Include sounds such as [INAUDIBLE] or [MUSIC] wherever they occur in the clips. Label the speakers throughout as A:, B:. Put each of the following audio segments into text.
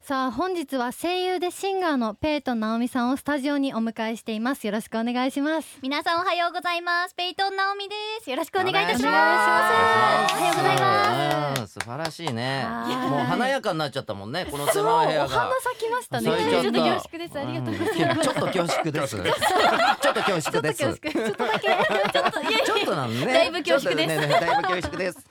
A: さあ本日は声優でシンガーのペイトン直美さんをスタジオにお迎えしていますよろしくお願いします
B: 皆さんおはようございますペイトン直美ですよろしくお願いいたしますお
C: は
B: はようございます
C: す。素晴らしいね。
A: はい
C: もう華やかになっちゃったもんね。この狭い部屋
A: お花
C: が。
A: 咲きましたね
C: 咲い
A: ちょっと
C: ちゃ
A: 恐
C: っ
A: 縮です
C: た
A: ありがとうございます
C: うんちょっと恐縮です。ちょっと恐縮です。
A: ちょっと恐縮ちょっとだけ
C: ちょっとなのね。
B: だいぶ恐縮です
C: ちょっとねだいぶ恐縮です。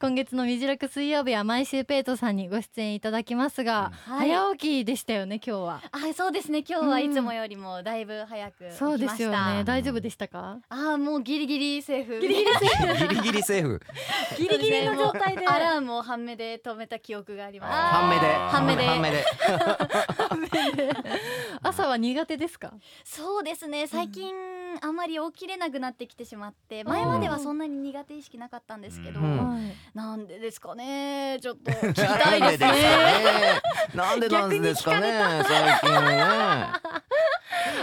A: 今月の「みじろく水曜日」は毎週ペイトさんにご出演いただきますが、
B: はい
A: 早起きでしたよね今日は
B: あそうですね今日はいつもよりもだいぶ早く起きました、
A: そうですよね大丈夫でしたか
B: あもうギリギリセーフギ
A: ギリギリ
C: ギリギリセーフ。
B: [LAUGHS]
A: ギリギリの状態で
B: アラームを半目で止めた記憶があります
C: 半目で。
B: 半目で
C: 半目で。
A: 朝は苦手ですか
B: そうですね最近あまり起きれなくなってきてしまって前まではそんなに苦手意識なかったんですけど、
C: うん
A: はい
B: なんでですかねちょっ
A: [LAUGHS]
B: と聞き
C: な
B: たい
C: ん
B: で
C: ですですか
B: ね
C: ね。なんでなんですかね。最近ね。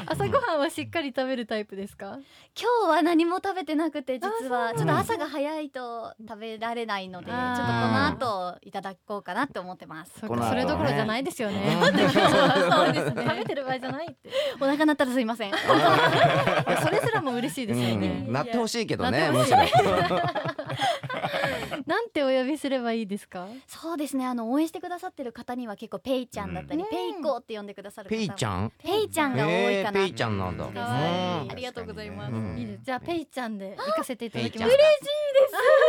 A: 朝ごはんはしっかり食べるタイプですか
B: 今日は何も食べてなくて実は
C: そ
B: ちょっと
C: うなんだ
B: 朝が早いと食べられないのでちょっ
A: あー
B: とこの後いただこうかなって思ってます
A: そう
C: この
A: か
C: 後
A: そ
C: ね
A: れどころじゃないですよね
C: うん
A: 本当に今日は
B: そうですね
A: 食べてる場合じゃないってい
B: お腹鳴ったらすいません
A: やそれすらも嬉しいですよね
C: うんなってほしいけど
A: いや
C: ね。
A: な
C: む
A: って
C: しろ
A: ほ。なんてお呼びすればいいですか
B: そうですねあの応援してくださってる方には結構ペイちゃんだったり、
A: うん
B: ペイコって呼んでくださる方
C: ペイちゃん。
B: ペイちゃんが多い
C: え
B: か
C: ー
B: な、
C: ペイちゃんなんだ。
B: 可愛い
C: うん
B: ありがとうございます
C: う
A: いい
C: ん
A: ですじゃあペイちゃんで行かせていただきます
C: ペイ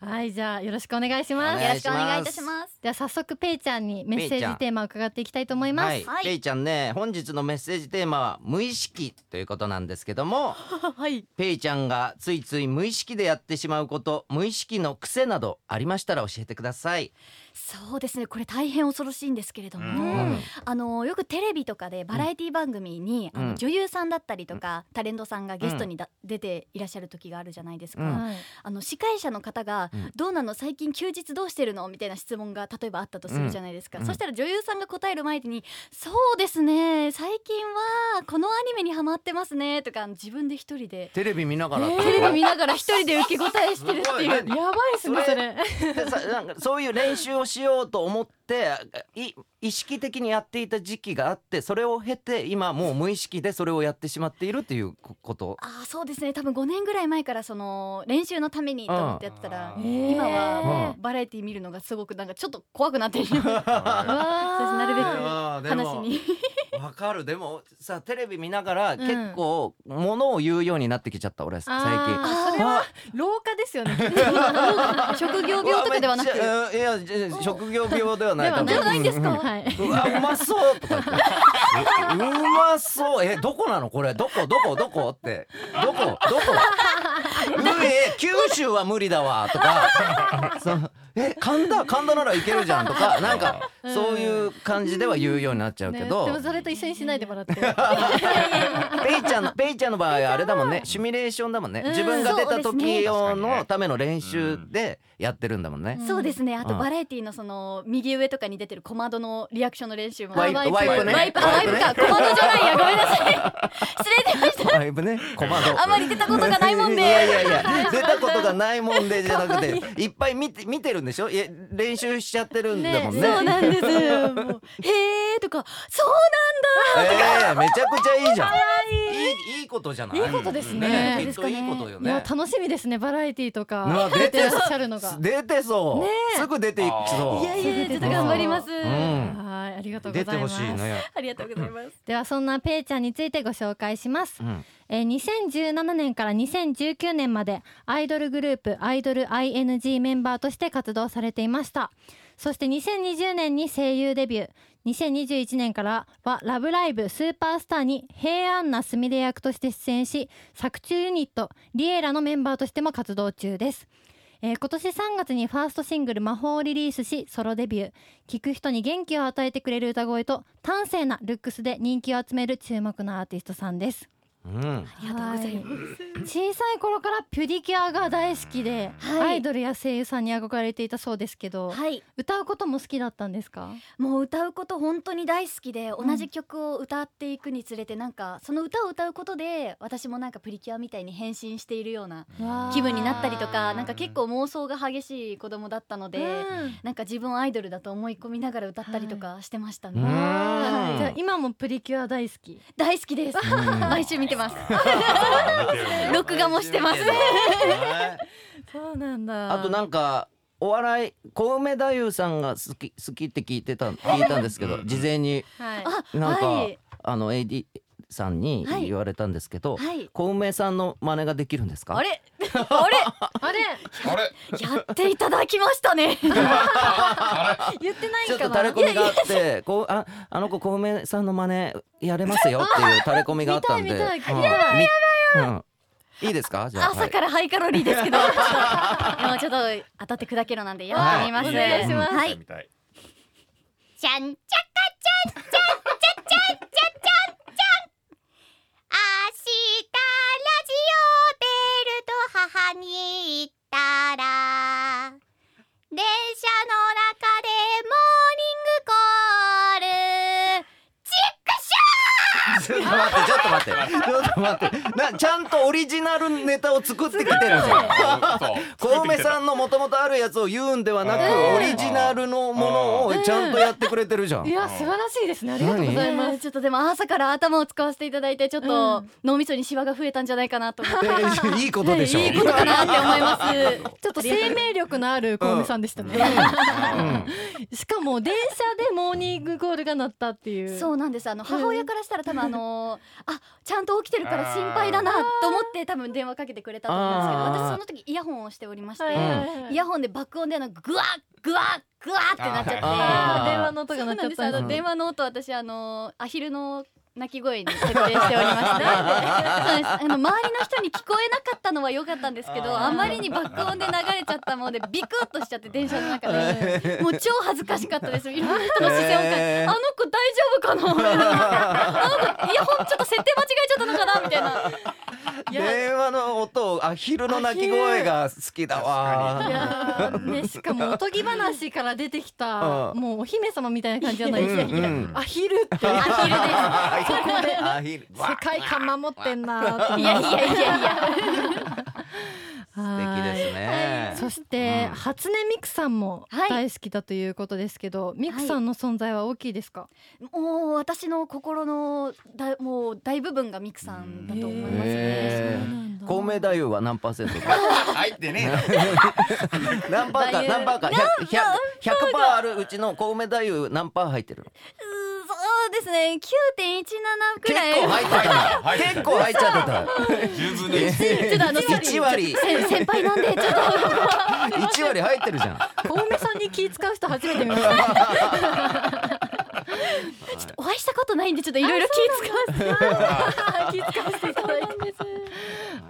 A: はいじゃあよろしくお願いし
C: お
A: ます
C: 願
B: よ
C: い
B: ろ
C: し
B: しくお
C: ます
B: 願いいたします
A: では早速ペイちゃんにメッセ
C: ペイち
A: ー
C: ゃ
A: ジ
C: ん
A: テーマを伺っていきたいと思います
C: はい、ペイちゃんね本日のメッセージテーマは無意識ということなんですけども
A: はい
C: ペイちゃんがついつい無意識でやってしまうこと無意識の癖などありましたら教えてください、
B: そうですねこれ大変恐ろしいんですけれども、
A: うん
B: あのよくテレビとかでバラエティ番組に、
C: うん
B: あの女優さんだったりとか、タレントさんがゲストにだ、出ていらっしゃる時があるじゃないですか、
C: うん
A: はい
B: あの司会者の方が、
C: うん
B: どうなの最近休日どうしてるのみたいな質問が例えばあったとするじゃないですか、
C: うん
B: そしたら女優さんが答える前にそうですね最近はこのアニメにハマってますねとかあの自分で一人で
C: テレビ見ながら、
B: テレビ見ながら一人で受け答えしてるっていう
C: すごいね
A: やばいっすねそ
C: そ
A: れ
C: でさなんかそういう練習をしようと思ってい意識的にやっていた時期があってそれを経て今もう無意識でそれをやってしまっているということ
B: ああそうですね多分5年ぐらい前からその練習のためにと思ってやってたら
D: う。ん
B: 今はも
C: う
B: うバラエティ見るのがすごくなんかちょっと怖くなっている
A: わー
B: なるべく
C: あーでも
B: 話に
C: わかるでもさテレビ見ながら
A: ん
C: 結構ものを言うようになってきちゃった俺最近
A: あーそれは老化ですよ
C: [LAUGHS]
A: ね
B: [LAUGHS] 職業病とかではなく
C: うわめっちゃうんいやじゃ職業病ではな
A: で
C: い
A: は
C: 多分
A: ない
B: んですか
C: うん
A: はい
C: うんうわうまそうとか言ってううまそうえどこなのこれどこどこどこってどこどこうえ九州は無理だわとかそうえ神田神田ならいけるじゃんとかなんか
A: うん
C: そういう感じでは言うようになっちゃうけ
A: ね、で
C: ど、
A: もそれと一緒にしないでもらって
C: ペイちゃんのペイちゃんの場合はあれだもんねシミュレーションだもんね、
A: うん
C: 自分が出た
B: そうです
C: 時
B: ね
C: 用のための練習でやってるんだもんね、
A: うん
B: そうですねあと
C: うん
B: バラエティのその右上とかに出てる小窓のリアクションの練習も
C: ワイプ
B: あ
C: ワイプね
B: ワイプあ
C: ワ
B: ワ
C: イ
B: イプ
C: プね
B: か小窓じゃないやごめんなさい失礼しました
C: だいぶね小窓
B: [LAUGHS] あまり出たことがないもん
C: いやい
B: で
C: やいや出たことがないもんでじゃなくていっぱい見て見てるんでしょいや練習しちゃってるんだもんね
B: そうなんですもうへーとかそう
C: ええめちゃくちゃいいじゃんいいいいことじゃない
A: いいことですね
C: きっといいことよ
A: いや
C: ね
A: 楽しみですねバラエティと
C: な
A: か
C: 出
A: 出
C: て
A: てらっしゃるのが
C: 出てそう、すぐ出ていきそう
B: なんだいやいやちょっと頑張ります
C: うん
A: はいありがとうござ
C: 出
A: いま
C: て
A: す
C: ほしいね、
B: ありがとうございます
A: ではそんなペイちゃんについてご紹介します、
C: うん
A: えー2017年から2019年までアイドルグループアイドル ING メンバーとして活動されていましたそして2020年に声優デビュー2021年からは「ラブライブスーパースター」に平安なすみれ役として出演し作中ユニットリエラのメンバーとしても活動中ですえー今年3月にファーストシングル「魔法」をリリースしソロデビュー聴く人に元気を与えてくれる歌声と端正なルックスで人気を集める注目のアーティストさんです
B: [LAUGHS]
C: うん。
B: ありがとうございます。
A: 小さい頃からピュディキュアが大好きで、
B: はい
A: アイドルや声優さんに憧れていたそうですけど、
B: はい、
A: 歌うことも好きだったんですか
B: もう歌うこと本当に大好きで
A: ん
B: 同じ曲を歌っていくにつれてなんかその歌を歌うことで私もなんかプリキュアみたいに変身しているような気分になったりとかなんか結構妄想が激しい子供だったので、
A: うん
B: なんか自分をアイドルだと思い込みながら歌ったりとかしてましたね、
C: うん
A: じゃあ今もプリキュア大好き
B: 大好きです
C: ん
B: 毎週見てます
D: 見てるね
B: 録画もしてます
C: はい
A: そうなんだ
C: あとなんかお笑い小梅太夫さんが好き好きって聞いてた聞いたんですけど事前に
A: はい
B: あ
C: なんか、
B: はい
C: あの AD さんに
B: はい
C: 言われたんですけど、
B: はい
C: 小梅さんの真似ができるんですか
B: あれあ
A: あれ
D: あれ
B: れやっていただきました
A: [LAUGHS]
B: ね
A: 言ってない
C: ち
A: ん
C: ょっと
A: か
C: 垂
A: な
C: れ込みがあってこうああの子小梅さんの真似やれますよっていう垂れ込みがあったんで
A: 見たい見たい
C: うん
A: やばい
C: みうんいいですかじゃあ
B: 朝からハイカロリーですけ
A: [LAUGHS]
B: どちょっともうちょっと当たって砕けろなんでやってみます、
D: いい
A: お願いします
B: は
D: 見
B: い
D: てみたい
E: ちゃんちゃかちゃんちゃんちゃんちゃんちゃんちゃんちゃん明日ラジオ出ると母に言ったら電車の中でモーニングコールチックシ
C: [LAUGHS] ちょっと待ってちょっと待ってちょっと待ってなちゃんとオリジナルネタを作ってきてるんですよ小梅さ
D: ん
C: んのもともとあるやつを言うんではなく、
D: うん
C: オリジナルのものをちゃんとやってくれてるじゃん、
A: いや素晴らしいですねありがとうございま
B: えーちょっとでも朝から頭を使わせていただいてちょっと脳みそにシワが増えたんじゃないか
A: [LAUGHS]
B: なと思って、
C: でいいことでしょ
B: いいことかなって思います
A: すちょっと生命力のある小梅さんでしたね、しかも電車でモーニングコールが鳴ったっていう
B: そうなんですあの母親からしたら多分あのーあちゃんと起きてるから心配だなと思って多分電話かけてくれたと思うんですけど
C: あー
B: 私その時イヤホンをしておりまして、
A: はいはいはい
B: イヤホンで爆音であのグワッグワッグワッってなっちゃ
C: あ
B: って。
A: あー電話の音
B: そ
A: が鳴
B: う
A: っち
B: な
A: ゃ
B: ん
A: っ
B: です
A: た
B: あ
A: んだ
B: の電話の音私あのアヒルの鳴き声に設定
A: [LAUGHS]
B: しておりましてそうですあの周りの人に聞こえなかったのは良かったんです
A: [LAUGHS]
B: けどあまりに爆音で流れちゃったものでビクッとしちゃって電車の中でもう超恥ずかしかっ
A: [LAUGHS]
B: たですいろんな人の視線を変え
C: えー
B: あの子大丈夫かなあの子イヤホンちょっと設定間違えちゃったのかなみたいな
C: 電話の音をアヒルの鳴き声が好きだ
A: い
C: わ
A: やーね、しかもおとぎ話から出てきた
C: あー
A: もうお姫様みたいな感じじゃないですか、
C: うんうん
A: アヒルって世
B: アヒルです
C: アヒル [LAUGHS] わ
A: 界観守ってんなーと
B: い
A: 思
B: や
A: っ
B: い
A: て
B: やいやい
A: [LAUGHS]
B: や
C: 素敵ですね
A: そして、
C: うん
A: 初音ミクさんも
B: はい
A: 大好きだということですけど、ミクさんの存在は大きいですか、
B: もう私の心のだもう大部分がミクさんだと思います
C: へ
B: ね。
C: ー
A: なんだ
C: 公明太夫は何パーセント
D: 入ってね
C: 何パーか何パーか100 100 100パーあるうちの公明太夫何パー入って
B: う
C: る
B: ーそうですね9.17く
C: 結
B: らい
C: 構入ってた
D: 入ってた
C: 結構入っちゃって
D: えな十分の一
C: た
B: ちょっとあの
C: 1割
B: 先先輩なんでちょっと
C: 1割入ってるじゃん
A: 小梅さんに気使う人初めて見ました
B: お会いしたことないんでちょっといろいろ気使わせて
A: 気使わせていただいて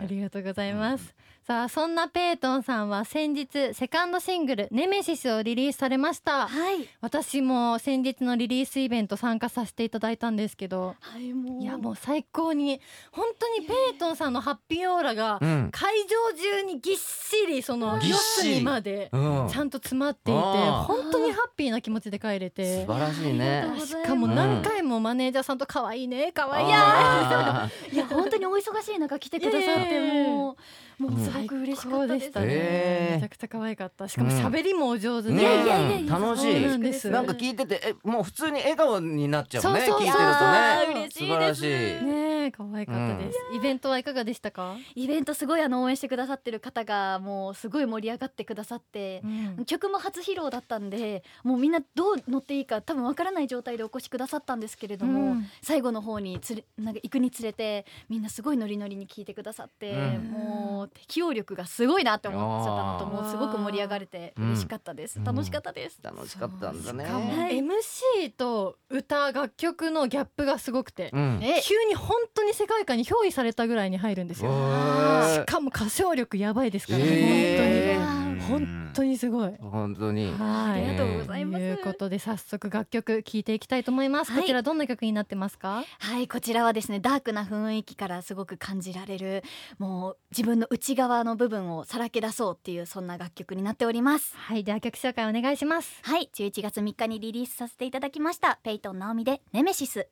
A: ありがとうございますさあそんなペイトンさんは先日セカンドシングル「ネメシス」をリリースされました
B: はい
A: 私も先日のリリースイベント参加させていただいたんですけど
B: はいもう
A: いやもう最高に本当にペイトンさんのハッピーオーラが
C: うん
A: 会場中にぎっしりその
C: ぎっ
A: 四
C: しり
A: 隅まで
C: うん
A: ちゃんと詰まっていて
C: あー
A: 本当にハッピーな気持ちで帰れ
C: 素
A: て
C: 晴らしいね
B: 晴らしい
A: しかも何回もマネージャーさんと可愛いね可愛いや
C: あ
B: いや本当にお忙しい中来てくださっ
A: いや
B: て
A: いやいや
B: もうもうすご
A: 最
B: く嬉しか
A: 高
B: った
A: で
B: で
A: し
B: す
A: たね、
C: えー
A: めちゃくちゃ可愛かったしかも喋りもお上手で、
C: ね
B: いやいやいやいや
C: 楽しい
A: そう
B: そう
A: なんです
C: ーなんか聞いててえもう普通に笑顔になっちゃうね
A: そうそうそう
C: 聞いてるとね
B: 嬉しいです
C: 素晴らしい
A: ねえ可愛かったです、イベントはいかがでしたか、
B: イベントすごいあの応援してくださってる方がもうすごい盛り上がってくださって曲も初披露だったんでもうみんなどう乗っていいか多分わからない状態でお越しくださったんですけれども、
A: うん
B: 最後の方につれなんか行くにつれてみんなすごいノリノリに聞いてくださって、
C: うん
B: もう適応力がすごいなって思っちゃったのと
A: あー
B: もうすごく盛り上がれて嬉しかったです、
C: うん
B: 楽しかったです、
C: 楽しかったんだね
A: しかも
B: はい
A: MC と歌楽曲のギャップがすごくて、
C: うん
B: え
A: 急に本当に世界観に憑依されたぐらいに入るんですよ
C: おー
A: しかも歌唱力やばいですからね、
C: えー
A: 本当に本当にすごい。
C: 本当に
A: はい、
B: ありがとうございます
A: ということで早速楽曲聴いていきたいと思います、
B: はい
A: こちらどんな曲になってますか
B: はいこちらはですねダークな雰囲気からすごく感じられるもう自分の内側の部分をさらけ出そうっていうそんな楽曲になっております
A: はいでは曲紹介お願いします
B: はい11月3日にリリースさせていただきましたペイトン直美でネメシス